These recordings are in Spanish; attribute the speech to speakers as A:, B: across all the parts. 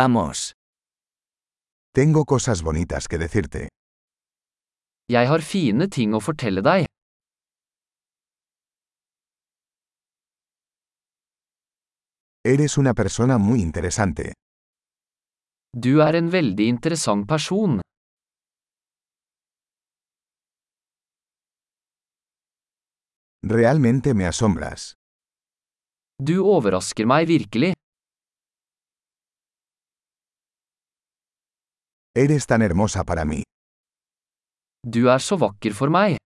A: Vamos.
B: Tengo cosas bonitas que decirte.
A: Jeg har fine ting å fortelle deg.
B: Eres una persona muy interesante.
A: Du er en veldig interessant person.
B: Realmente me asombras.
A: Du overrasker meg virkelig.
B: Eres tan hermosa para mí.
A: Du er så vakker for meg.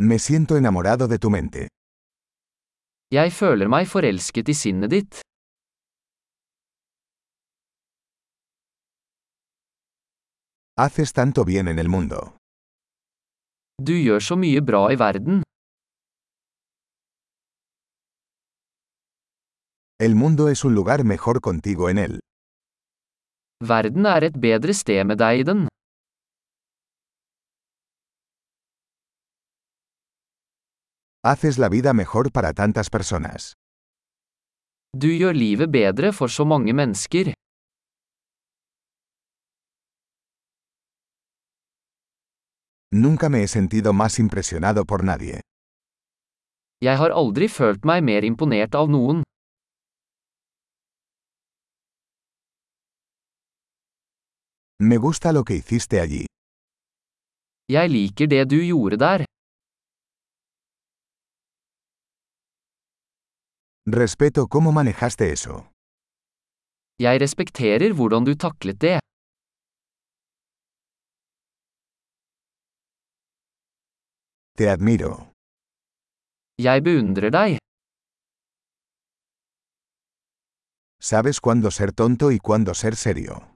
B: Me siento enamorado de tu mente.
A: Jeg føler meg forelsket i sinnet ditt.
B: Haces tanto bien en el mundo.
A: Du gjør så mye bra i verden.
B: El mundo es un lugar mejor contigo en él.
A: Verden er et bedre sted med deg i den.
B: Haces la vida mejor para tantas personas.
A: Du gjør livet bedre for så mange mennesker.
B: Nunca me he sentido más impresionado por nadie.
A: Jeg har aldri følt meg mer imponert av noen.
B: Me gusta lo que hiciste allí.
A: Jeg liker det du gjorde der.
B: Respeto cómo manejaste eso.
A: Jeg respekterer hvordan du taklet det.
B: Te admiro.
A: Jeg beundrer deg.
B: Sabes cuándo ser tonto y cuándo ser serio.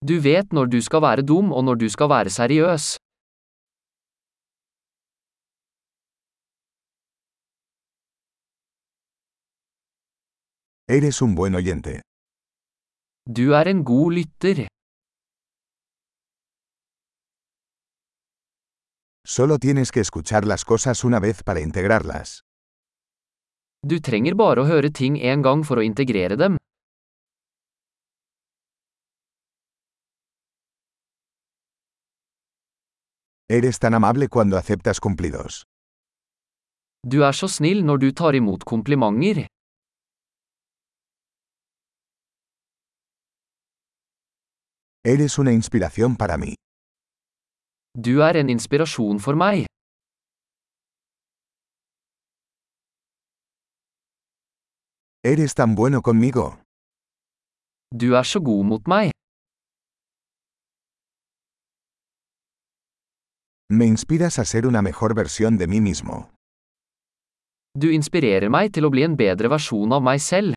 A: Du vet når du skal være dum og når du skal være seriøs.
B: Eres un buen oyente.
A: Du er en god lytter.
B: Solo tienes que escuchar las cosas una vez para integrarlas.
A: Du trenger bare å høre ting en gang for å integrere dem.
B: Eres tan amable cuando aceptas cumplidos.
A: Du er så snill når du tar imot komplimenter.
B: Eres una inspiración para mí.
A: Du er en inspirasjon for meg.
B: Eres tan bueno conmigo.
A: Du er så god mot meg.
B: Me inspiras a ser una mejor versión de mí mismo.
A: Du inspirerer meg til å bli en bedre versjon av meg selv.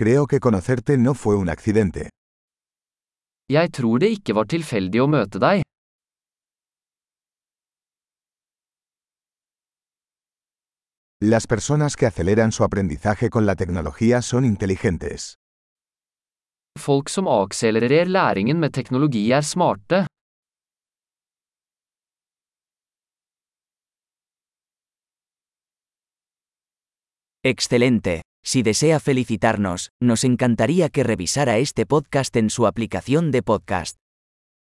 B: Creo que conocerte no fue un accidente.
A: Jeg tror det ikke var tilfeldig å møte deg.
B: Las personas que aceleran su aprendizaje con la tecnología son inteligentes.
A: Folk som akselererer læringen med teknologi er smarte.
C: Excelente. Si desea felicitarnos, nos encantaría que revisara este podcast en su aplicación de podcast.